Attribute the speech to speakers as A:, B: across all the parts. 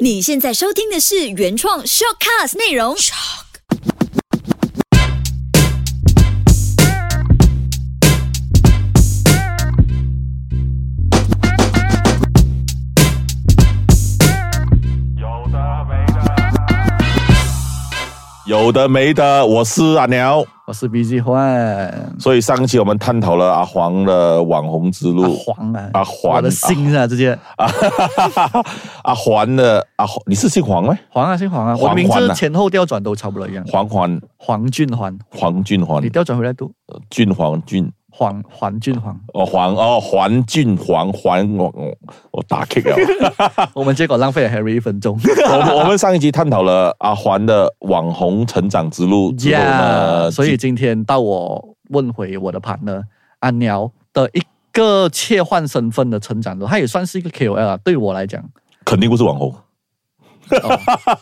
A: 你现在收听的是原创 shortcast 内容。
B: 有的没的，有的没的，我是阿鸟。
C: 我是 BG 换
B: 所以上一期我们探讨了阿黄的网红之
C: 阿
B: 路，
C: 黄啊，
B: 阿黄
C: 我的心啊，直接
B: 啊， 阿黄的阿黄，你是姓黄吗？
C: 黄啊，姓黄啊，
B: 黄
C: 我的名
B: 黄
C: 字
B: 啊
C: 前后调转都差不多一样。
B: 黄黄
C: 黄俊环，
B: 黄俊黄
C: 你，调转回来读
B: 俊黄俊
C: 黄黄俊环，
B: 哦黄哦黄俊黄黄我我我打 kick 了。
C: 我们结果浪费了 Harry 一分 钟。
B: 我们我们上一期探讨了阿黄的网红成长之路之后呢，
C: Yeah，所以今天到我问回我的盘呢，阿鸟的一个切换身份的成长中，他也算是一个 KOL 啊。对我来讲，
B: 肯定不是网红。
C: 哦、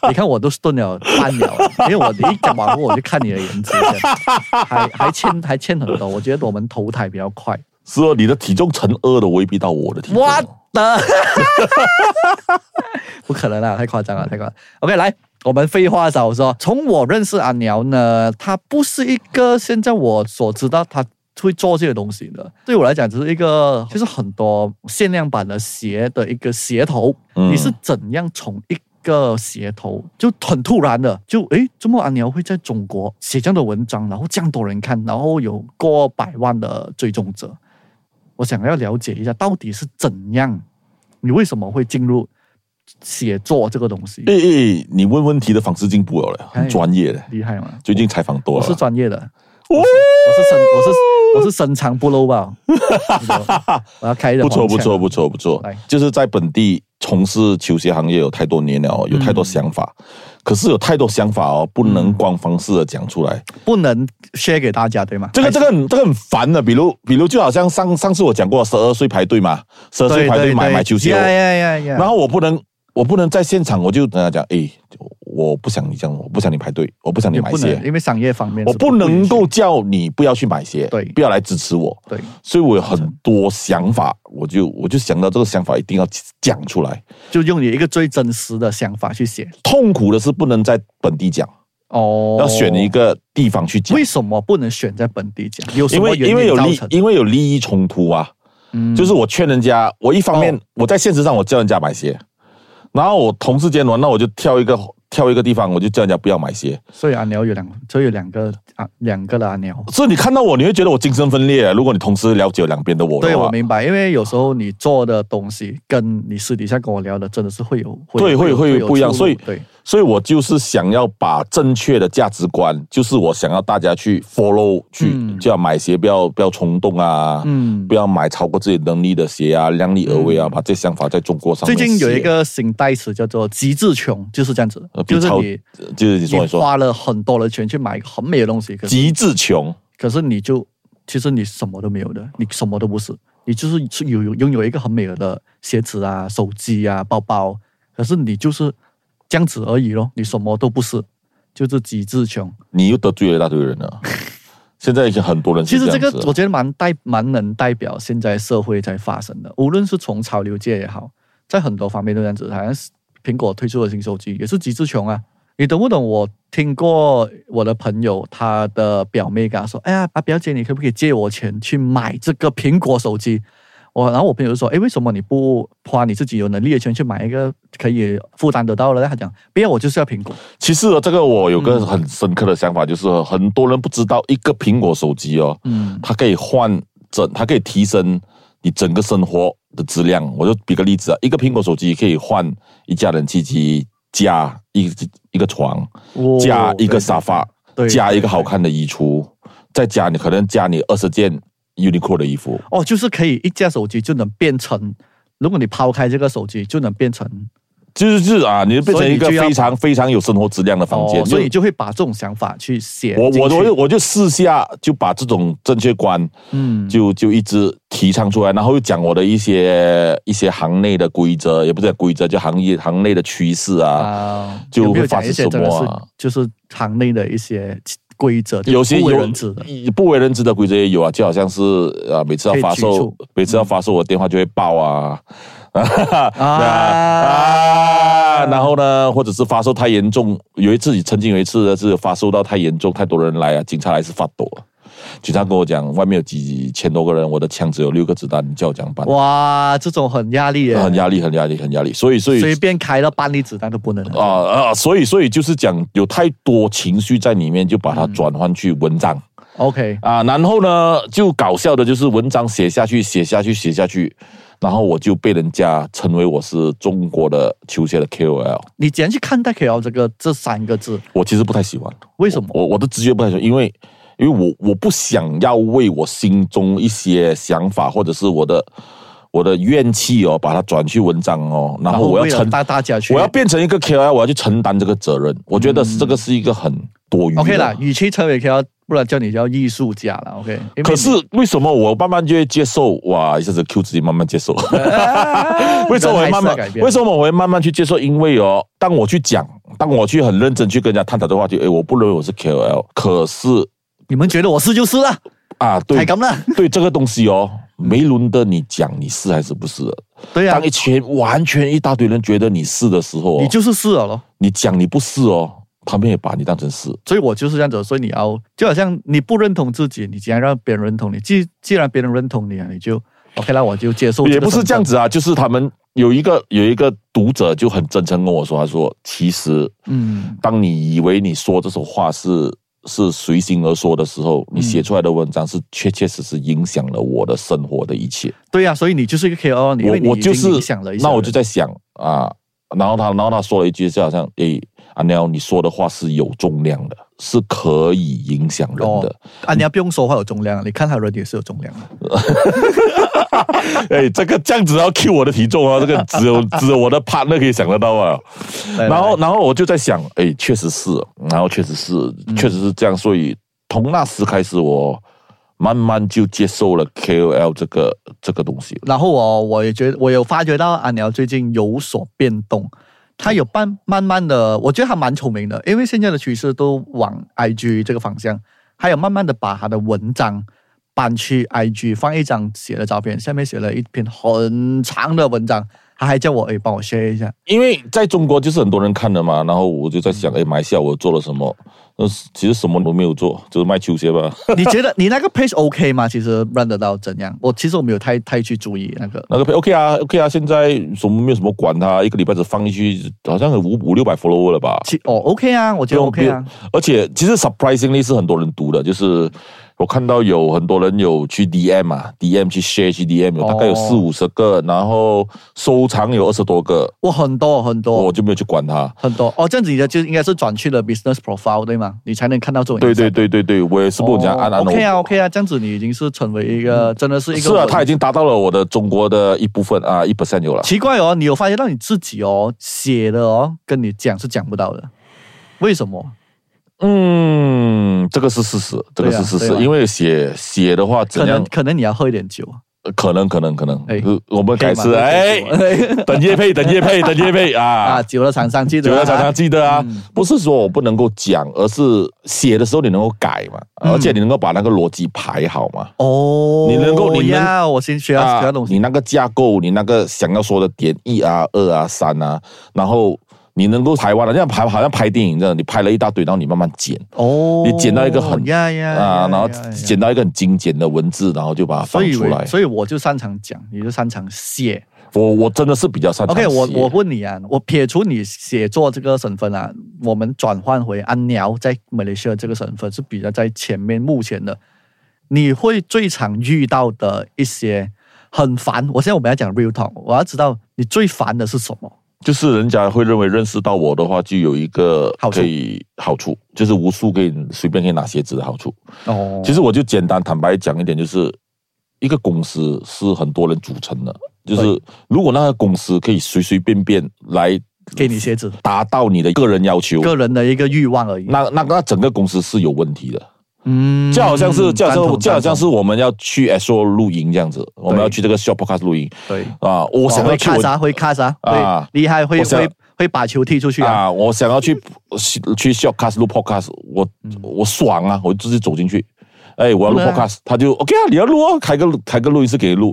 C: 你看我都蹲了半秒了，因为我一讲完后我就看你的颜值，还还欠还欠很多。我觉得我们投胎比较快。
B: 是哦，你的体重乘二都未必到我的体重。
C: 我的， 不可能啦，太夸张了，太夸张。OK，来，我们废话少说。从我认识阿鸟呢，他不是一个现在我所知道他会做这些东西的。对我来讲，只是一个就是很多限量版的鞋的一个鞋头。
B: 嗯
C: 你是怎样从一个鞋头就很突然的，就诶，怎么阿鸟会在中国写这样的文章，然后这样多人看，然后有过百万的追踪者？我想要了解一下，到底是怎样，你为什么会进入写作这个东西？
B: 诶诶，哎你问问题的方式进步了嘞，很
C: 哎
B: 专业嘞。
C: 厉害吗？
B: 最近采访多
C: 我
B: 了，
C: 是专业的，
B: 哦
C: 我是深，我是我是深藏不露 吧？我要开一个
B: 不错
C: 黄腔
B: 不错不错不错
C: 来，
B: 就是在本地从事球鞋行业有太多年了，哦
C: 嗯
B: 有太多想法，可是有太多想法哦，不能官方式的讲出来，
C: 不能 share 给大家，对吗？
B: 这个
C: 还是
B: 这个很这个很烦的。比如比如就好像上上次我讲过，十二岁排队嘛，十二岁
C: 对
B: 排队
C: 对
B: 买
C: 对
B: 买球鞋，
C: 呀
B: 我
C: 呀呀呀！
B: 然后我不能我不能在现场我就跟他讲，诶，我不想你这样，我不想你排队，我不想你
C: 也
B: 买
C: 不能，
B: 鞋，
C: 因为商业方面
B: 我
C: 是
B: 不能
C: 允许
B: 够叫你不要去买鞋，
C: 对
B: 不要来支持我。
C: 对
B: 所以我有很多想法，我就我就想到这个想法一定要讲出来。
C: 就用你一个最真实的想法去写
B: 痛苦的是不能在本地讲，
C: 哦。
B: 要选一，个地方去讲
C: 为，什么不能选在本地讲？有什
B: 因
C: 么
B: 为
C: 原
B: 因为有
C: 造
B: 利
C: 成？
B: 因为有利益冲突啊。
C: 嗯
B: 就是我劝人家，我一方面
C: 哦
B: 我在现实上我叫人家买鞋，然后我同事间玩，那我就跳一个跳一个地方，我就叫人家不要买鞋。
C: 所以阿鸟有两，所以有两个啊，两个的阿鸟。
B: 所以你看到我，你会觉得我精神分裂。啊如果你同时了解两边的我
C: 对，
B: 的
C: 我
B: 话，
C: 明白，因为有时候你做的东西跟你私底下跟我聊的真的是会有，
B: 对会
C: 有
B: 会
C: 有
B: 不一样
C: 出入
B: 所以
C: 对，
B: 所以我就是想要把正确的价值观，就是我想要大家去 follow 去，
C: 嗯
B: 就要买鞋不要不要冲动啊，
C: 嗯
B: 不，要买超过自己能力的鞋啊，量力而为啊，
C: 嗯
B: 把这想法在中国上
C: 最
B: 面
C: 近有
B: 写
C: 一个新代词叫做“极致穷”，就是这样子
B: 呃，比
C: 就是
B: 超
C: 你
B: 就是你说
C: 你
B: 你说
C: 花了很多的钱去买一个很美的东西，可是
B: 极致穷，
C: 可是你就其实你什么都没有的，你什么都不是，你就是是有有拥有一个很美的鞋子啊、手机啊、包包，可是你就是这样子而已咯，你什么都不是，就是极致穷。
B: 你又得罪了一大堆人 了。现在已经很多人
C: 其
B: 是
C: 实这
B: 样
C: 个
B: 子
C: 我
B: 了，
C: 觉得蛮代蛮能代表现在社会在发生的，无论是从潮流界也好，在很多方面都这样子。好像是苹果推出的新手机也是极致穷啊，你懂不懂？我听过我的朋友他的表妹跟他说：“哎呀，啊表姐，你可不可以借我钱去买这个苹果手机？”我然后我朋友就说：“哎，为什么你不花你自己有能力的钱去买一个可以负担得到的呢？”他讲：“不要，我就是要苹果。
B: 其实哦这个我有个
C: 嗯
B: 很深刻的想法，就是哦很多人不知道一个苹果手机哦，”
C: 嗯，
B: 它可以换整，它可以提升你整个生活的质量。我就比个例子啊，一个苹果手机可以换一架冷气机，加一一个床，
C: 哦
B: 加一个沙发，
C: 对对对
B: 加一个好看的衣橱，再加你可能加你二十件 Uniqlo 的衣服。
C: 哦，就是可以一架手机就能变成，如果你抛开这个手机，就能变成
B: 就是就是啊，你就变成一个
C: 所以你就要
B: 非常非常有生活质量的房间。
C: 哦，所以你就会把这种想法去写
B: 我我
C: 进去
B: 我就我就私下就把这种正确观
C: 嗯
B: 就就一直提倡出来，然后又讲我的一些一些行内的规则，也不是讲规则，就行业行内的趋势啊。
C: 啊，
B: 就
C: 有没有
B: 会发
C: 讲一
B: 生
C: 些真
B: 什
C: 的
B: 么
C: 是
B: 啊
C: 就是行内的一些规则，就
B: 有些
C: 不为
B: 有
C: 人知的，
B: 不为人知的规则也有啊，就好像是啊，每次要
C: 可以
B: 发
C: 举
B: 售
C: 出，
B: 每次要发售我电话就会爆啊，啊
C: 啊
B: 啊，然后呢，或者是发售太严重，有一次曾经有一次呢是发售到太严重，太多人来啊，警察来是发抖啊。警察跟我讲，外面有几千多个人，我的枪只有六个子弹，你叫我怎样办？
C: 哇，这种很压力耶，
B: 很压力，很压力，很压力。所以，所以
C: 随便开到半粒子弹都不能。
B: 啊啊，所以，所以就是讲有太多情绪在里面，就把它转换去文章。
C: OK，
B: 啊，然后呢，就搞笑的就是文章写下去，写下去，写下去，然后我就被人家称为我是中国的球鞋的 KOL。
C: 你怎样去看待 KOL 这个这三个字？
B: 我其实不太喜欢，
C: 为什么？
B: 我我的直觉不太喜欢，因为因为我我不想要为我心中一些想法或者是我的我的怨气哦，把它转去文章哦，然后我要
C: 为了
B: 承
C: 带大家去，嗯
B: 我要变成一个 KOL，我要去承担这个责任。我觉得这个是一个很多余的。
C: OK 啦，与其成为 KOL，不然叫你叫艺术家了。OK，因为
B: 可是为什么我慢慢就会接受？哇，一下子 Q 自己慢慢接受。 为什么我会慢慢
C: 人还是要改？变
B: 为什么我会慢慢去接受？因为哦，当我去讲，当我去很认真去跟人家探讨的话题，诶，我不认为我是 KOL，可是
C: 你们觉得我是就是啦，
B: 啊，
C: 太
B: 对
C: 咁啦。
B: 对这个东西哦，没轮到你讲你是还是不是的。
C: 对呀、
B: 当一群完全一大堆人觉得你是的时候、哦，
C: 你
B: 你
C: 就是是了咯。
B: 你讲你不是哦，他们也把你当成是。
C: 所以我就是这样子，所以你要就好像你不认同自己，你既然让别人认同你，既既然别人认同你啊，你就 OK 那我就接受。
B: 也不是这样，子啊，就是他们有一个有一个读者就很真诚跟我说，他说其实
C: 嗯，
B: 当你以为你说这种话是是随心而说的时候，
C: 嗯
B: 你写出来的文章是确确实实影响了我的生活的一切。
C: 对啊呀、所以你就是一个 KOL，你因为你
B: 我我就
C: 已经
B: 是
C: 影响了一些人
B: 那我就在想啊，然后他然后他说了一句，就好像诶，阿喵，你说的话是有重量的，是可以影响人的。
C: 哦啊，你要不用说话有重量啊，你看他人也是有重量啊的。
B: 哎，这个这样子要 cue 我的体重啊，这个只有只有我的 partner 可以想得到啊。
C: 来
B: 然后
C: 来
B: 然后我就在想，哎，确实是，然后确实是，
C: 嗯
B: 确实是这样。所以从那时开始，我慢慢就接受了 KOL 这个这个东西。
C: 然后我我也觉得我有发觉到阿鸟最近有所变动，他有慢慢慢的，我觉得他蛮聪明的，因为现在的趋势都往 IG 这个方向，还有慢慢的把他的文章搬去 IG，放一张写的照片，下面写了一篇很长的文章，他还叫我哎帮我 share 一下，
B: 因为在中国就是很多人看的嘛，然后我就在想，
C: 嗯
B: 哎，马来西亚我做了什么？那其实什么都没有做，就是卖球鞋吧。
C: 你觉得你那个 page OK 吗？其实 run 得到怎样？我其实我没有太太去注意那个，
B: 那个 OK 啊，OK 啊，现在什么没有什么管它，一个礼拜只放进去，好像有五五六百 follower 了吧？
C: 其哦 OK 啊，我觉得 OK 啊，
B: 而且其实 surprisingly 是很多人读的，就是我看到有很多人有去 DM 啊，DM 去 share 去 DM，有
C: 哦
B: 大概有四五十个，然后收藏有二十多个，
C: 我很多很多，
B: 我就没有去管它。
C: 很多哦，这样子你的就应该是转去了 business profile 对吗？你才能看到这种
B: 对
C: 颜色。
B: 对对对对，我也是不能讲
C: 哦
B: 按按
C: OK 啊
B: 我。
C: OK 啊，这样子你已经是成为一个、真的是一个
B: 是啊，
C: 文
B: 它已经达到了我的中国的一部分啊，一 percent 有了。
C: 奇怪哦，你有发现到你自己哦写的哦跟你讲是讲不到的，为什么？
B: 嗯，这个是事实，这个
C: 对啊
B: 是事实
C: 对，啊
B: 因为写写的话
C: 可
B: 怎样
C: 能？可能你要喝一点酒，
B: 可能可能可能
C: 哎，
B: 呃我们改
C: 可以
B: 次
C: 吗
B: 哎， 等叶配，等叶配，等叶配啊
C: 啊，久了常上记得
B: 酒
C: 啊
B: 要常常记得啊
C: 嗯，
B: 不是说我不能够讲，而是写的时候你能够改嘛，
C: 嗯
B: 而且你能够把那个逻辑排好嘛。
C: 哦，
B: 你能够你能啊
C: 呀，我先学到、学到东
B: 你
C: 西，
B: 那个架构，你那个想要说的点一啊、二啊、三啊，然后你能够排完了，这样排好像拍电影这样，你拍了一大堆，然后你慢慢剪
C: 哦，
B: 你捡到一个很
C: 呀呀
B: 啊，
C: 呀
B: 然后
C: 呀呀
B: 剪到一个很精简的文字，然后就把它
C: 哎所
B: 放
C: 以
B: 出
C: 我
B: 来。
C: 所以我就擅长讲，你就擅长写。
B: 我我真的是比较擅长
C: OK，我
B: 写
C: 我问你啊，我撇除你写作这个身份啊，我们转换回安鸟在马来西亚这个身份是比较在前面目前的，你会最常遇到的一些很烦。我现在我们要讲 real talk，我要知道你最烦的是什么。
B: 就是人家会认为认识到我的话，就有一个
C: 好处
B: 可以好处，就是无数可以随便可以拿鞋子的好处。
C: 哦
B: 其实我就简单坦白讲一点，就是一个公司是很多人组成的，就是如果那个公司可以随随便便来
C: 给你鞋子，
B: 达到你的个人要求，
C: 个人的一个欲望而已。
B: 那那那整个公司是有问题的。
C: 嗯
B: 就好像是就好
C: 赞
B: 像
C: 同
B: 就好像是
C: 赞
B: 我们要去 S O 露营这样子，我们要去这个 Shop Podcast 露营
C: 同对。
B: 啊，我想要
C: 会
B: 去
C: 卡
B: 我
C: 啥会卡啥
B: 啊
C: 会厉害会
B: 我想
C: 会会把球踢出去啊！
B: 啊，我 想要去去 shortcast 录 podcast，我、我爽啊，我自己走进去，哎，我要录
C: 不能啊
B: podcast，他就 OK 啊，你要录哦，开个开个录音室给你录，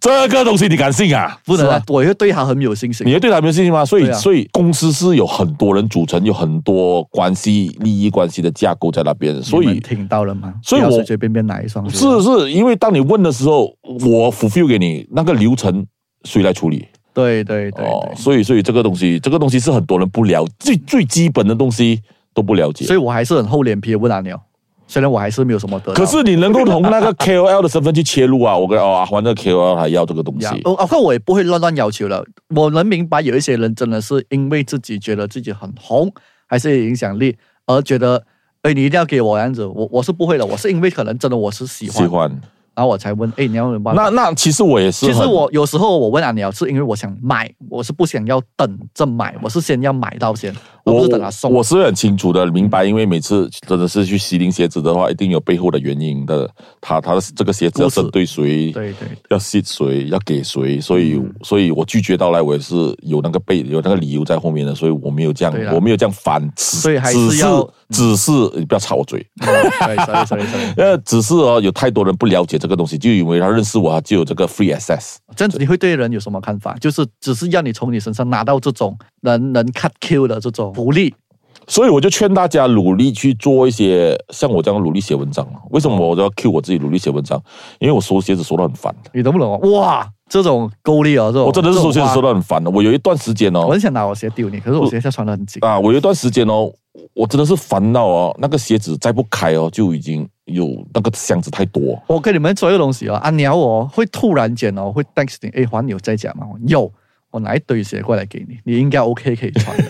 B: 这个东西你敢信啊？
C: 不能
B: 是吧
C: 啊，我会对他很有信心
B: 你。会对他没有信心吗？所以，
C: 对啊
B: 所以公司是有很多人组成，有很多关系、利益关系的架构在那边，所
C: 你们
B: 以
C: 听啊到了吗？
B: 所以
C: 不要
B: 我
C: 随随便便拿一双
B: 是是因为当你问的时候，我 fulfill 给你那个流程，谁来处理？
C: 对对对
B: 哦
C: 对，，
B: 所以所以这个东西，这个东西是很多人不了最最基本的东西都不了解。
C: 所以我还是很厚脸皮的问阿鸟，虽然我还是没有什么得到。
B: 可是你能够从那 个 KOL 的身份去切入啊！我跟哦，阿环那个 KOL 还要这个东西
C: 呀，，我啊，我也不会乱乱要求了。我能明白有一些人真的是因为自己觉得自己很红，还是有影响力，而觉得，哎，你一定要给我这样子。我我是不会的，我是因为可能真的我是喜欢，
B: 喜欢。
C: 然后我才问，哎，你要不要帮我？
B: 那那其实我也是
C: 其
B: 很，
C: 实我有时候我问阿鸟，是因为我想买，我是不想要等着买，我是先要买到先，而不
B: 我
C: 是等他送。
B: 我是很清楚的明白，因为每次真的是去西林鞋子的话，一定有背后的原因的。他他的这个鞋子要
C: 故事
B: 针对谁？
C: 对对嗯对
B: 要 sit 谁，要给谁，所以、所以我拒绝到来，我也是有那个背有那个理由在后面的，所以我没有这样
C: 对，啦
B: 我没有这样反，只
C: 所以还是要嗯
B: 只是只是你不要插我嘴，
C: ，sorry sorry sorry，
B: 呃，只是哦，有太多人不了解这个东西，就以为他认识我，他就有这个 free access。
C: 这样子你会对人有什么看法？就是只是要你从你身上拿到这种能能 cut Q 的这种福利，
B: 所以我就劝大家努力去做一些像我这样努力写文章。为什么我都要 cue 我自己努力写文章？因为我收鞋子收到很烦，
C: 你懂不懂啊？哇，这种勾力哦，这种
B: 我真的是收鞋子收
C: 到，
B: 到很烦的。我有一段时间
C: 我
B: 哦，
C: 很想拿我鞋丢你，可是我鞋下穿的很紧。
B: 啊，我有一段时间哦，我真的是烦到哦，那个鞋子再不开哦，就已经有那个箱子太多。
C: 我跟你们说一个东西哦，阿鸟哦会突然间哦会 text 你，哎，还你有在家吗？我有，我拿一对鞋过来给你，你应该 OK 可以穿的。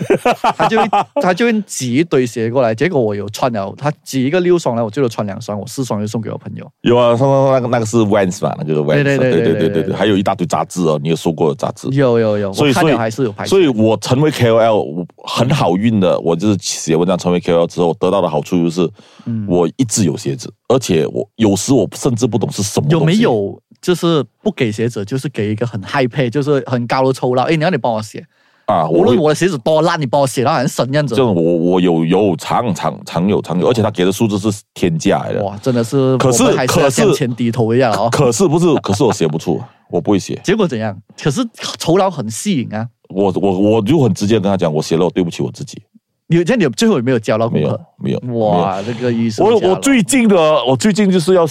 C: 他 就会他就会寄一堆鞋过来，结果我有穿了，他寄一个六双来，我最多穿两双，我四双就送给我朋友。
B: 有啊，他们那个那个是 Vans 嘛，那个 Vans，
C: 对对对对
B: 对
C: 对
B: 对
C: 对
B: 对还有一大堆杂志哦，你有收过的杂志。
C: 有有有，
B: 所以
C: 我看
B: 所以
C: 了还是有排斥。
B: 所以我成为 KOL 我很好运的，我就是写文章成为 KOL 之后得到的好处就是，
C: 嗯
B: 我一直有鞋子，而且我有时我甚至不懂是什么
C: 有
B: 东
C: 没
B: 西。
C: 有就是不给鞋子，就是给一个很 high pay，就是很高的酬劳？哎，你要你帮我写，
B: 啊？
C: 无
B: 我
C: 论
B: 会
C: 我的鞋子多烂，你帮我写到很神样子
B: 这。种我我有有常常常有常有，而且他给的数字是天价来的。
C: 哇，真的是，
B: 可是
C: 我们还是
B: 可
C: 要
B: 是
C: 向前低头一下哦。
B: 可是不是？可是我写不出，我不会写。
C: 结果怎样？可是酬劳很吸引啊！
B: 我我我就很直接地跟他讲，我写了，我对不起我自己，
C: 你这样你最后有没有交到
B: 没
C: 功
B: 有
C: 课？
B: 没有。没有
C: 哇，这个意思。
B: 我我最近的，我最近就是要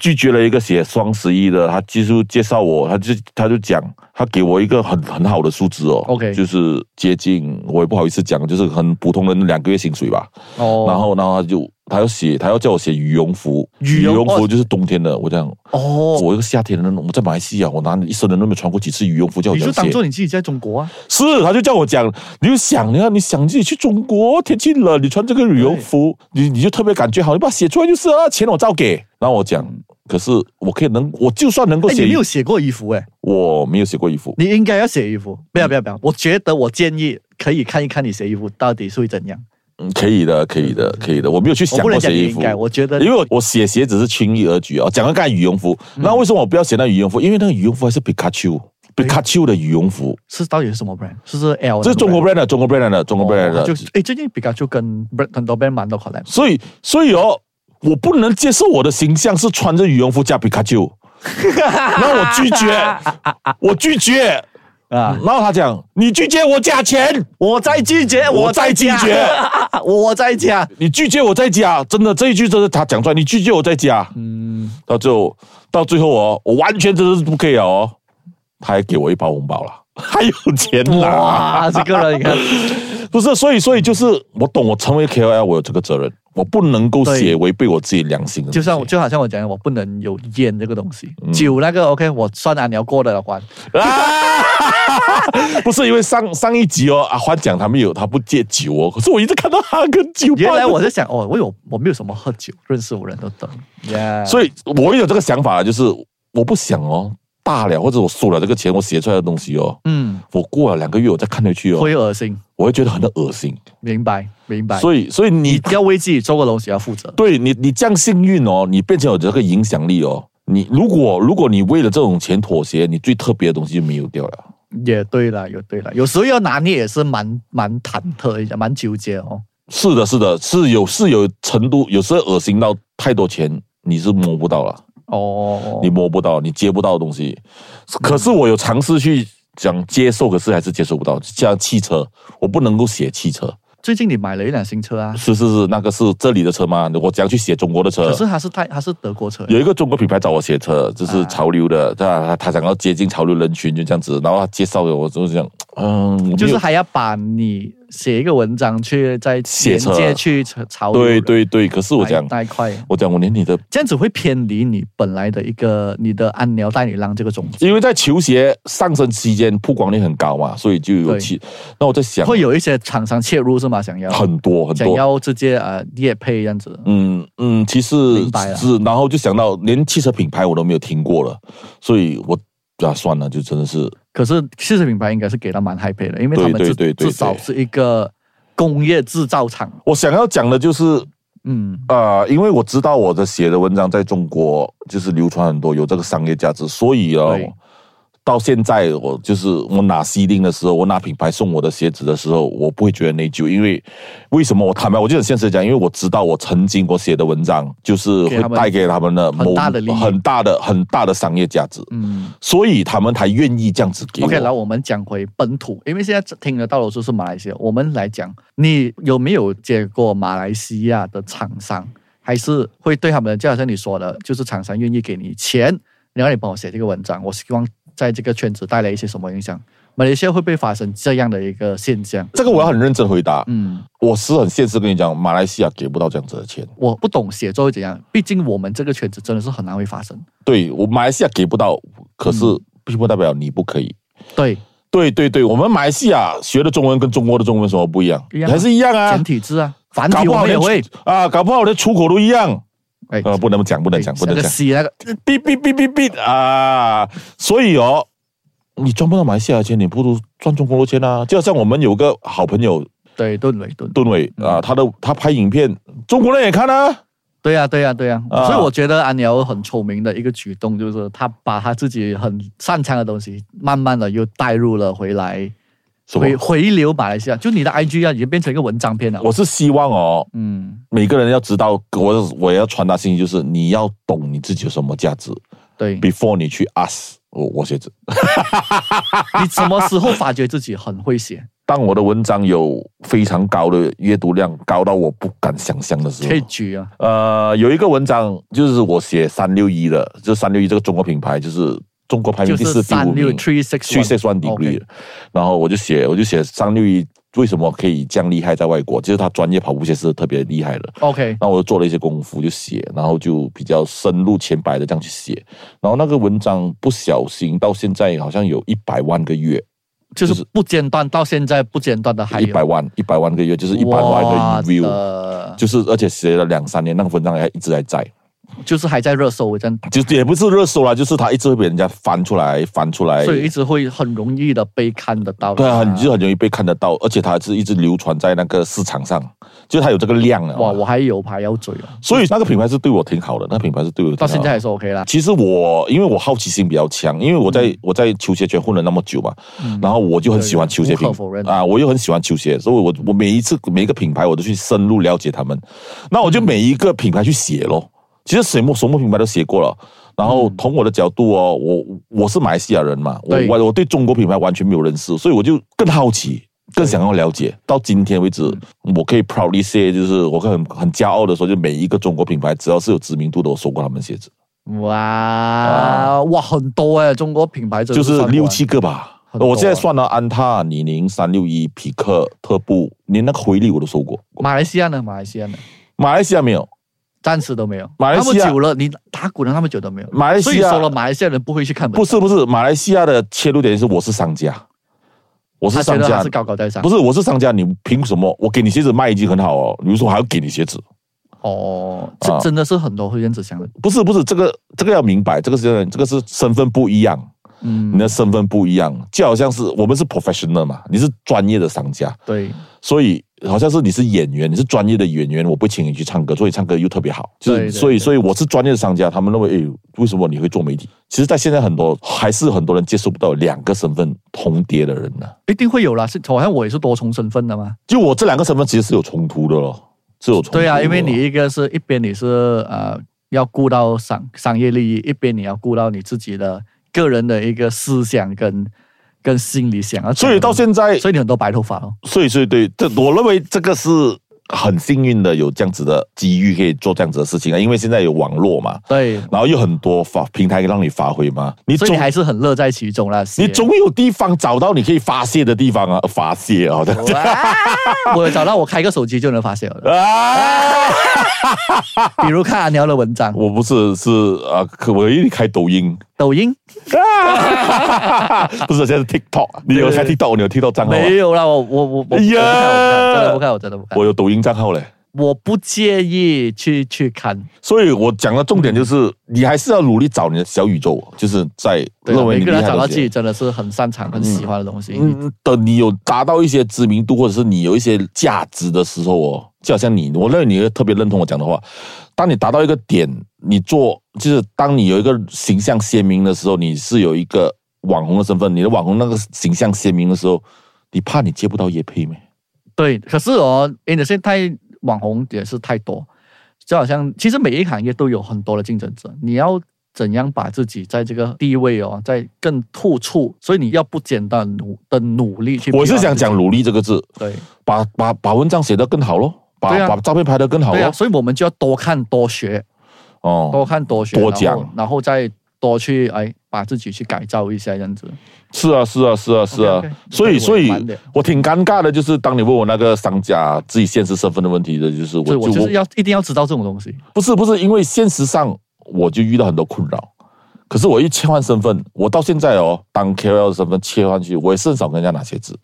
B: 拒绝了一个写双十一的，他技术介绍我，他就他就讲，他给我一个很很好的数字哦
C: OK
B: 就是接近，我也不好意思讲，就是很普通人两个月薪水吧。
C: 哦，
B: 然后然后他就他要写，他要叫我写羽绒服，
C: 羽
B: 羽
C: 绒
B: 绒服
C: 哦
B: 就是冬天的，我这样。
C: 哦，
B: 我一个夏天的人，我在马来西亚，我拿一生人都没有穿过几次羽绒服，叫我
C: 你
B: 这
C: 就
B: 样
C: 当
B: 写。
C: 做你自己在中国啊。
B: 是，他就叫我讲，你就想呀，你想自己去中国，天气冷，你穿这个羽绒服，你你就特别感觉好，你把它写出来就是了，钱我照给。
C: 嗯
B: 然后我讲，可是我可以能，我就算能够
C: 哎，你
B: 写，
C: 没有写过衣服哎，
B: 我没有写过衣服，
C: 你应该要写衣服。不要不要不要，我觉得我建议可以看一看你写衣服到底是会怎样。
B: 嗯，可以的，可以的，可以的，我没有去
C: 我
B: 想
C: 不
B: 过
C: 能讲
B: 写
C: 你
B: 衣
C: 应
B: 服。
C: 该，我觉得
B: 因为我我写鞋只是轻易而举啊，讲到刚才羽绒服，
C: 嗯
B: 那为什么我不要写那羽绒服？因为那个羽绒服还是皮卡丘，皮卡丘的羽绒服，
C: 是到底是什么 brand？是不是 L？
B: 这是中国 brand 的，中国 brand 的，中国 brand 啊的，
C: 哦就是哎，最近比卡丘跟 brand 很多 brand 蛮多 collab。
B: 所以，所以哦，我不能接受我的形象是穿着羽绒服加皮卡 丘，然后我拒绝，我拒绝。
C: 啊！
B: 然后他讲：“你拒绝我加钱，
C: 我在拒绝，
B: 我在拒
C: 加
B: 绝，
C: 我在加。
B: 你嗯拒绝我再加。”真的，这一句真的他讲出来，你拒绝我再加。
C: 嗯，
B: 到最后，到最后哦，我完全真的是不可以了哦。他还给我一包红包了， 还有钱拿。
C: 哇，啊这个人 你看，
B: 不是，所以，所以就是我懂，我成为 KOL，我有这个责任，我不能够
C: 对
B: 写违背我自己良心的东西。
C: 就像就好像我讲的，我不能有烟这个东西，
B: 嗯
C: 酒那个 OK，我算啊，你要过得了关。
B: 啊！ 不是因为上上一集哦，阿欢讲他没有，他不戒酒哦。可是我一直看到他跟酒吧
C: 原来我在想，哦，我有我没有什么喝酒，认识我的人都懂。Yeah，
B: 所以我有这个想法，就是我不想哦，大了或者我输了这个钱，我写出来的东西哦，
C: 嗯，
B: 我过了两个月我再看回去哦，
C: 会恶心，
B: 我会觉得很恶心。
C: 明白明白。以
B: 所以，所以你
C: 你要为自己做过的东西要负责。
B: 对你你这样幸运哦，你变成有这个影响力哦。你如果如果你为了这种钱妥协，你最特别的东西就没有掉了。
C: 也对了，也对了，有时候要拿捏也是蛮蛮忐忑一下，蛮纠结哦。
B: 是的，是的，是有是有程度，有时候恶心到太多钱你是摸不到了，
C: 哦，
B: 你摸不到，你接不到的东西。可是我有尝试去讲接受，可是还是接受不到。像汽车，我不能够写汽车，
C: 最近你买了一辆新车啊，
B: 是是是，那个是这里的车吗？我怎样去写中国的车
C: 可？是它是泰，它是德国车，
B: 有一个中国品牌找我写车，就是
C: 啊
B: 潮流的，他他他想要接近潮流人群，就这样子。然后他介绍给我，就是这样，嗯，我没有
C: 就是还要把你写一个文章去再
B: 写
C: 连
B: 车
C: 接去潮流
B: 对
C: 人
B: 对对。可是我
C: 那一
B: 讲，
C: 那一块，
B: 我讲，我连你的
C: 这样子会偏离你本来的一个你的安鸟带你浪这个种子，
B: 因为在球鞋上升期间曝光率很高嘛，所以就有
C: 对
B: 其。那我在想，
C: 会有一些厂商切入是吗？想要
B: 很多很
C: 想
B: 多。
C: 要直接呃业配这样子，
B: 嗯嗯，其实
C: 明白啊了
B: 是，然后就想到连汽车品牌我都没有听过了，所以我啊算了，就真的是
C: 可是汽车品牌应该是给到蛮 h 配的，因为他们
B: 对
C: 至
B: 对对对
C: 至少
B: 对
C: 是一个工业制造厂，
B: 我想要讲的就是
C: 嗯，
B: 啊，因为我知道我的写的文章在中国就是流传很多，有这个商业价值，所以啊
C: 对，
B: 到现在我就是我拿 C 定的时候，我拿品牌送我的鞋子的时候，我不会觉得内疚，因为为什么？我坦白，我就很现实地讲，因为我知道我曾经我写的文章就是
C: 给他
B: 会
C: 们
B: 带给他们的
C: 很
B: 某
C: 大的利益
B: 很大的很大的商业价值，
C: 嗯
B: 所以他们才愿意这样子给我。
C: OK，然后我们讲回本土，因为现在听得到的就是马来西亚。我们来讲，你有没有接过马来西亚的厂商，还是会对他们的，就好像你说的，就是厂商愿意给你钱，然后你帮我写这个文章，我希望在这个圈子带来一些什么影响？马来西亚会不会发生这样的一个现象？
B: 这个我要很认真回答，
C: 嗯，
B: 我是很现实跟你讲，马来西亚给不到这样子的钱。
C: 我不懂写作会怎样，毕竟我们这个圈子真的是很难会发生。
B: 对我马来西亚给不到，可是
C: 嗯
B: 并不代表你不可以。
C: 对，
B: 对对对，我们马来西亚学的中文跟中国的中文有什么不一样？
C: 一样啊
B: 还是一样啊
C: 简。体字啊，繁
B: 搞
C: 体
B: 不
C: 我
B: 好
C: 们也
B: 连
C: 会。
B: 啊，搞不好连出口都一样。
C: 哎，
B: 呃，不能讲，不能讲，不
C: 那
B: 能
C: 个
B: 讲。
C: C 那个，
B: 哔哔哔哔哔啊！所以哦，你赚不到马来西亚的钱，你不如赚中国的钱啊。就好像我们有个好朋友
C: 对，顿尾顿。
B: 盾伟
C: 嗯
B: 啊，他的他拍影片，中国人也看啊。
C: 对呀、对呀、对呀、
B: 啊
C: 所以我觉得安瑶很聪明的一个举动，就是他把他自己很擅长的东西，慢慢的又带入了回来，
B: 什么
C: 回？回流马来西亚。就你的 IG 啊，已经变成一个文章片了。
B: 我是希望哦，
C: 嗯，
B: 每个人要知道，我我要传达信息就是你要懂你自己有什么价值
C: 对，
B: ，before 你去 ask 我我写字。
C: 你什么时候发觉自己很会 写，
B: 当我的文章有非常高的阅读量，高到我不敢想象的时
C: 可以
B: 候，
C: 举啊？
B: 呃，有一个文章就是我写三六一的，就三六一这个中国品牌，嗯就是中国排名
C: 就
B: 第
C: 是
B: 四、第
C: 三
B: 五
C: 六
B: 名
C: three six
B: ，three six one degree，的然后我就写，我就写三六一为什么可以这样厉害在外国，就是他专业跑步鞋是特别厉害的。
C: OK，
B: 那我就做了一些功夫，就写，然后就比较深入浅白的这样去写，然后那个文章不小心到现在好像有一百万个月，
C: 就是不间断到现在不间断的还
B: 一
C: 有
B: 百万一百万个月，就是一百万个 view，
C: view，
B: 就是而且写了两三年，那个文章还一直还在，
C: 就是还在热搜，真的，
B: 就是也不是热搜啦，就是它一直会被人家翻出来翻出来，
C: 所以一直会很容易的被看得到。
B: 对啊，很就很容易被看得到，而且它是一直流传在那个市场上，就它有这个量啊，
C: 哇，我还有排要追哦。
B: 所以那个品牌是对我挺好的，那个品牌是对我挺好
C: 到
B: 的
C: 现在还是 OK 啦。
B: 其实我因为我好奇心比较强，因为我在、
C: 嗯
B: 我在球鞋圈混了那么久嘛，然后我就很喜欢球鞋品
C: 无可否认
B: 啊，我又很喜欢球鞋，所以我我每一次每一个品牌我都去深入了解他们，那我就每一个品牌去写咯。其实什么什么品牌都写过了，然后从我的角度哦，我我是马来西亚人嘛，我
C: 对
B: 我我对中国品牌完全没有认识，所以我就更好奇。更想要了解，到今天为止，
C: 嗯
B: 我可以 proudly say，就是我很很骄傲的说，就每一个中国品牌，只要是有知名度的，我收过他们鞋子。
C: 哇哇，很多哎、中国品牌真
B: 就
C: 的算
B: 是
C: 不完
B: 六七个吧。
C: 很多啊
B: 我现在算了，安踏、李宁、三六一、匹克、特步，连那个回力我都收过。
C: 马来西亚呢？马来西亚呢？
B: 马来西亚没有，
C: 暂时都没有。
B: 马来西亚
C: 那么久了，你打鼓了那么久都没有。
B: 马来
C: 所
B: 西
C: 以
B: 亚
C: 说了，马来西亚人不会去看本
B: 不是不是，马来西亚的切入点是我是商家，我是
C: 他觉
B: 商
C: 得他
B: 家
C: 是，高高在上。
B: 不
C: 是
B: 是我是商家，你凭什么？我给你鞋子卖已经很好哦，你为什么还要给你鞋子？
C: 哦，这
B: 啊
C: 真的是很多会这样子想的。
B: 不是不是，这个这个要明白，这个是这个是身份不一样，你
C: 嗯，
B: 的身份不一样，就好像是我们是 professional 嘛，你是专业的商家，
C: 对，
B: 所以好像是你是演员，你是专业的演员，我不请你去唱歌，所以唱歌又特别好，就是
C: 对对
B: 所以
C: 对
B: 所以我是专业的商家，他们认为，哎，为什么你会做媒体？其实，在现在很多还是很多人接受不到两个身份重叠的人呢、
C: 一定会有啦。是，好像我也是多重身份的嘛。
B: 就我这两个身份其实是有冲突的咯，是有冲突的咯。
C: 对啊，因为你一个是一边你是呃。要顾到商商业利益，一边你要顾到你自己的个人的一个思想跟跟心理想要讲
B: 所
C: 的东西。
B: 以到现在，
C: 所以你很多白头发哦。
B: 所以所以对，这我认为这个是很幸运的，有这样子的机遇可以做这样子的事情啊，因为现在有网络嘛，
C: 对，
B: 然后有很多发平台让你发挥嘛，你
C: 所以
B: 总
C: 你还是很乐在其中啦。
B: 你
C: 谢
B: 总有地方找到你可以发泄的地方啊，发泄啊，
C: 哦
B: 对
C: 我找到我开个手机就能发泄 了，
B: 啊，
C: 比如看阿鸟的文章、
B: 我不是是啊，可我一开抖音，
C: 抖音，
B: 啊、不是现在是 TikTok，你有开
C: 对
B: TikTok，你有 TikTok 账号吗？啊
C: 没有啦，我我我我
B: 哎呀
C: 我不看，我哦真的不看，我真的不看，
B: 我
C: 我
B: 有抖音账号嘞。
C: 我不介意去去看，
B: 所以我讲的重点就是，你还是要努力找你的小宇宙，就是在
C: 对啦，啊
B: 认为
C: 每
B: 你厉
C: 个人
B: 害的
C: 找到
B: 东
C: 自己
B: 西。
C: 真的是很擅长、很喜欢的东西。
B: 嗯，等你有达到一些知名度，或者是你有一些价值的时候哦，就好像你，我认为你会特别认同我讲的话。当你达到一个点，你做就是当你有一个形象鲜明的时候，你是有一个网红的身份，你的网红那个形象鲜明的时候，你怕你接不到业配没？
C: 对，可是哦，因为现在网红也是太多，就好像其实每一个行业都有很多的竞争者，你要怎样把自己在这个地位哦，在更突出，所以你要不简单的努的努力去。，
B: 我是想讲“努力”这个字，
C: 对
B: 把把把文章写得更好咯，把、
C: 对啊
B: 把照片拍得更好
C: 对
B: 咯。
C: 啊，所以我们就要多看多学，
B: 哦，
C: 多看多学，
B: 多
C: 然后
B: 讲
C: 然后再多去哎把自己去改造一下这样子。
B: 是啊，是啊，是啊，是啊
C: OK，OK，。
B: 所以，
C: 你
B: 所
C: 可以
B: 以
C: 玩的
B: 我挺尴尬的，就是当你问我那个商家自己现实身份的问题的，就是我
C: 所以我
B: 就
C: 就是要一定要知道这种东西。
B: 不是不是，因为现实上我就遇到很多困扰。可是我一切换身份，我到现在哦，当 KOL 的身份切换去，我也是很少跟人家拿鞋子，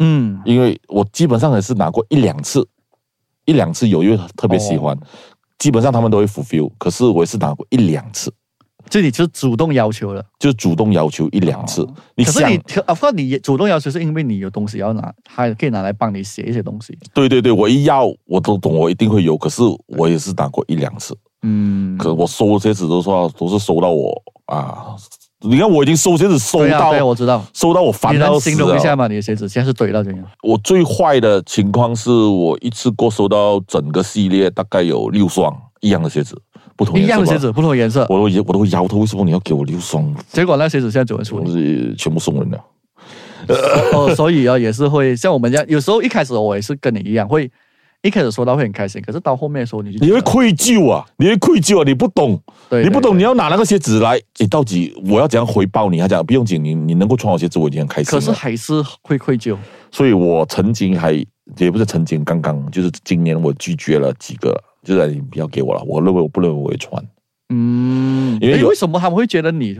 C: 嗯，
B: 因为我基本上也是拿过一两次，一两次有，因为特别喜
C: 哦
B: 欢，基本上他们都会 fulfill。可是我也是拿过一两次，
C: 这里就是主动要求了。
B: 就主动要求一两次。你
C: 哦可是
B: 想
C: 你，of course，你也主动要求是因为你有东西要拿，还可以拿来帮你写一些东西。
B: 对对对，我一要我都懂，我一定会有。可是我也是打过一两次，
C: 嗯，
B: 可我收鞋子都说都是收到我啊，你看我已经收鞋子收
C: 对啊，
B: 到、
C: 对啊，我知道。
B: 收到我
C: 你
B: 烦到
C: 能
B: 死啊
C: 形容一下
B: 了。
C: 吗？你的鞋子现在是堆到怎样？
B: 我最坏的情况是我一次过收到整个系列大概有六双一样的鞋子，不同
C: 一
B: 颜色
C: 样的
B: 吧
C: 鞋，子，不同颜色。
B: 我都我都摇头，为什么你要给我六双？
C: 结果那鞋子现在怎么处
B: 我
C: 理？
B: 是全部送人了。
C: 哦，所以啊，也是会像我们这样，有时候一开始我也是跟你一样，会一开始收到会很开心，可是到后面的时候你就觉
B: 你
C: 得
B: 会愧疚啊！你会愧疚啊！你不懂，
C: 对
B: 你不懂，你
C: 要。
B: 要拿那个鞋子来，你到底我要怎样回报你？他讲不用紧，你你能够穿我鞋子，我已经很开心
C: 可是
B: 了。
C: 还是会愧疚。
B: 所以我曾经还也不是曾经，刚刚就是今年我拒绝了几个，就是哎你不要给我了，我认为我不认为我会穿。
C: 嗯，
B: 因为
C: 诶
B: 有
C: 为什么他们会觉得你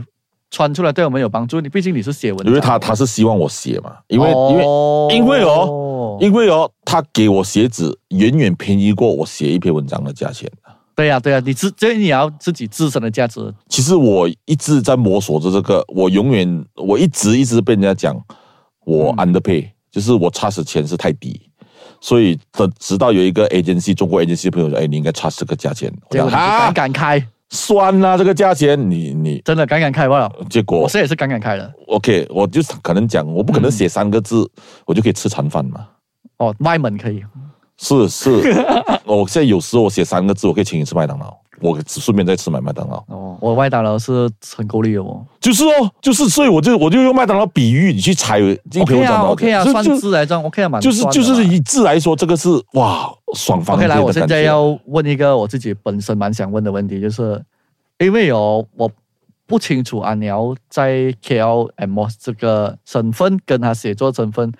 C: 穿出来对我们有帮助？你毕竟你是写文章，
B: 因为他他是希望我写嘛，因为、
C: 哦
B: 因为因为哦因为因为哦，他给我鞋子远远便宜过我写一篇文章的价钱。
C: 对呀、对呀、你自这你要自己自身的价值，
B: 其实我一直在摸索着这个，我永远我一直一直被人家讲我
C: 嗯
B: underpay，、就是我差的钱是太低，所以等直到有一个 agency 中国 agency 的朋友说，哎，你应该差这个价钱，我
C: 结
B: 讲
C: 果你就
B: 啊
C: 敢，敢开，
B: 算啊啦、这个价钱，你你
C: 真的敢敢开罢了。
B: 结
C: 我
B: 果
C: 现在也是敢敢开的
B: OK，我就可能讲，我不可能写三个字，
C: 嗯
B: 我就可以吃餐饭嘛。
C: 哦，卖门可以，
B: 是是， 我现在有时候我写三个字，我可以请你吃麦当劳，我顺便再吃买麦当劳。
C: 哦，我麦当劳是很够力的哦。
B: 就是哦，就是，所以我就我就用麦当劳比喻你去猜这一篇
C: OK
B: 文
C: 啊
B: 章多少
C: ，OK
B: 钱
C: 啊，
B: 就
C: 算
B: 就
C: 字来算 OK 啊，蛮
B: 就是
C: 算的
B: 就
C: 啦
B: 是以字来说，这个是哇爽翻
C: OK
B: 天的
C: 来，
B: 感觉。
C: 我现在要问一个我自己本身蛮想问的问题，就是因为哦，我不清楚阿鸟在 KLM 这个身份跟他写作身份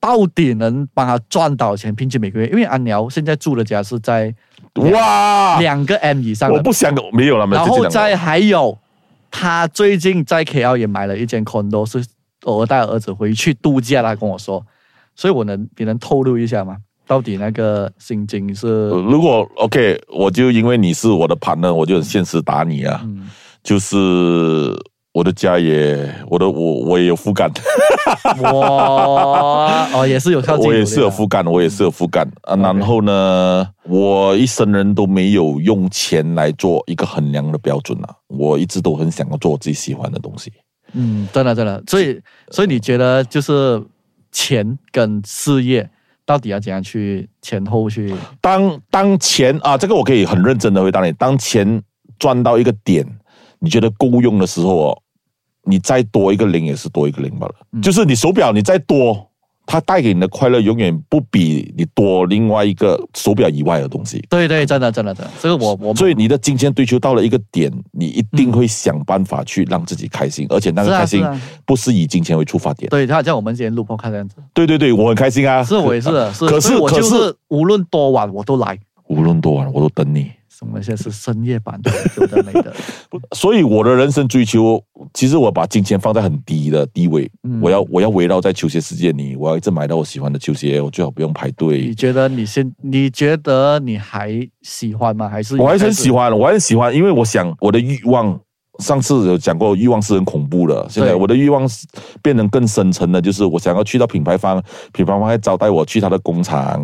C: 到底能帮他赚到钱，平均每个月，因为阿鸟现在住的家是在
B: 哇，
C: 两个 M 以上的
B: 啊我不想没有了，没有
C: 然
B: 这
C: 后
B: 两个
C: 再还有，他最近在 KL 也买了一间 condo，是我带儿子回去度假啦，他跟我说，所以我能你能透露一下吗？到底那个薪 金是
B: 呃如果 OK，我就因为你是我的 partner，我就很现实打你啊。
C: 嗯
B: 就是我的家也，我的我我也有负感，
C: 哇哦也是有靠近，
B: 我也是有负感，我也是有负感啊。然后呢，我一生人都没有用钱来做一个衡量的标准啊。我一直都很想要做我自己喜欢的东西。
C: 嗯，真的真的，所以所以你觉得就是钱跟事业到底要怎样去前后去？
B: 当当钱啊，这个我可以很认真的回答你，当钱赚到一个点，你觉得够用的时候哦，你再多一个零也是多一个零罢了。就是你手表你再多，它带给你的快乐永远不比你多另外一个手表以外的东西。
C: 对对，真的真的真的，这个我我
B: 所以你的金钱追求到了一个点，你一定会想办法去让自己开心，而且那个
C: 是啊
B: 开心
C: 是啊
B: 不是以金钱为出发点。
C: 对他像我们今天录播看这样子，
B: 对对对，我很开心啊！
C: 是我也是的，是
B: 可
C: 所
B: 是
C: 以我
B: 可
C: 就是是无论多晚我都来。
B: 无论多晚我都等你。
C: 什么现在是深夜版的，有的没 的，
B: 所以我的人生追求，其实我把金钱放在很低的地位，
C: 嗯
B: 我要我要围绕在球鞋世界里，我要一直买到我喜欢的球鞋，我最好不用排
C: 你
B: 队。
C: 觉得你现你觉得你还喜欢吗？还是
B: 我还是很喜
C: 欢。
B: 欢，我还是很喜欢，因为我想我的欲望，上次有讲过，欲望是很恐怖的。现在我的欲望是变成更深层的，就是我想要去到品牌方，品牌方会招待我去他的工厂，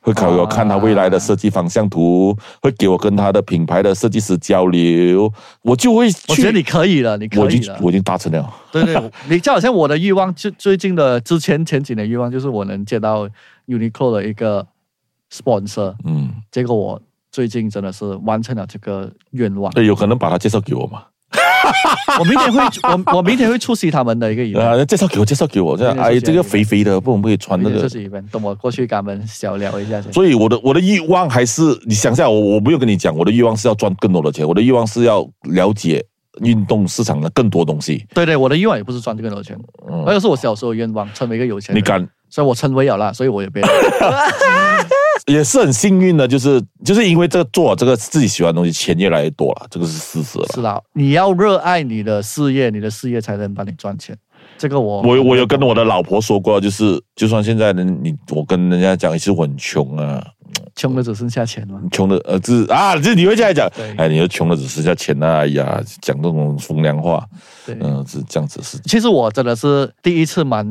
B: 会考我
C: 啊
B: 看他未来的设计方向图，会给我跟他的品牌的设计师交流，我就会去。
C: 我觉得你可以了，你
B: 我
C: 可
B: 已
C: 以
B: 经
C: 了。
B: 我已经达成了。
C: 对对，我你就好像我的欲望，就最近的之前前几年的欲望就是我能见到 Uniqlo 的一个 sponsor，
B: 嗯，
C: 结果我最近真的是完成了这个愿 望。
B: 对，有可能把他介绍给我嘛？
C: 我明天会，我我明天会出席他们的一个 event，
B: 啊，介绍给我，介绍给我，这样，
C: 对对
B: 哎，
C: 对
B: 这个肥肥的，不能不可以穿那
C: 明天出
B: 个。
C: 席 event，等我过去跟他们小聊一下先。
B: 所以我的我的欲望还是，你想一下，我我没有跟你讲，我的欲望是要赚更多的钱，我的欲望是要了解运动市场的更多东西。
C: 对对，我的愿望也不是赚这个多钱，
B: 嗯
C: 那个是我小时候的愿望，成为一个有钱
B: 你
C: 人。
B: 敢
C: 所以我成为了啦，所以我也变了。
B: 也是很幸运的，就是就是因为这个做这个自己喜欢的东西，钱越来越多了，这个是事实了。
C: 是啦，你要热爱你的事业，你的事业才能帮你赚钱。这个我
B: 我我有跟我的老婆说过，就是就算现在人你我跟人家讲，其实我很穷啊，
C: 穷的只剩下钱了。
B: 穷的呃，就是啊，就是你会这样讲
C: 对，
B: 哎，你又穷的只剩下钱了，哎呀，讲这种风凉话，
C: 对，
B: 嗯，是这样子是，
C: 其实我真的是第一次蛮，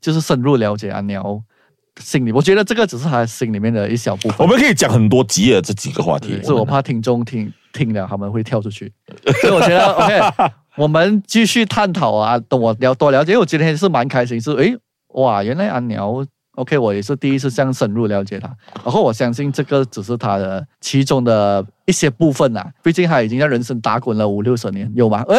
C: 就是深入了解阿鸟心里，我觉得这个只是他心里面的一小部
B: 我
C: 分。
B: 们可以讲很多集的这几个话题
C: 对，是我怕听众听听了他们会跳出去，所以我觉得 OK，我们继续探讨啊，等我聊多了解，因为我今天是蛮开心，是诶哇，原来阿鸟 OK，我也是第一次这样深入了解他，然后我相信这个只是他的其中的一些部分啊，毕竟他已经在人生打滚了五六十年，有
B: 哎
C: 吗？诶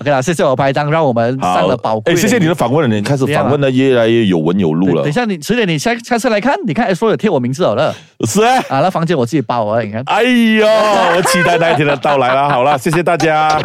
C: OK 啦，谢谢我拍档，让我们
B: 好
C: 上了宝贵
B: 哎，
C: 的一课。
B: 谢谢你的访问了，你开始
C: 这样啊
B: 访问的越来越有文有路
C: 对
B: 了
C: 等一，下你迟点你下下次来看，你看 S 说有贴我名字好了
B: 是啊，
C: 啊，那房间我自己包了，你看。
B: 哎呦，我期待那一天的到来了，好了，谢谢大家。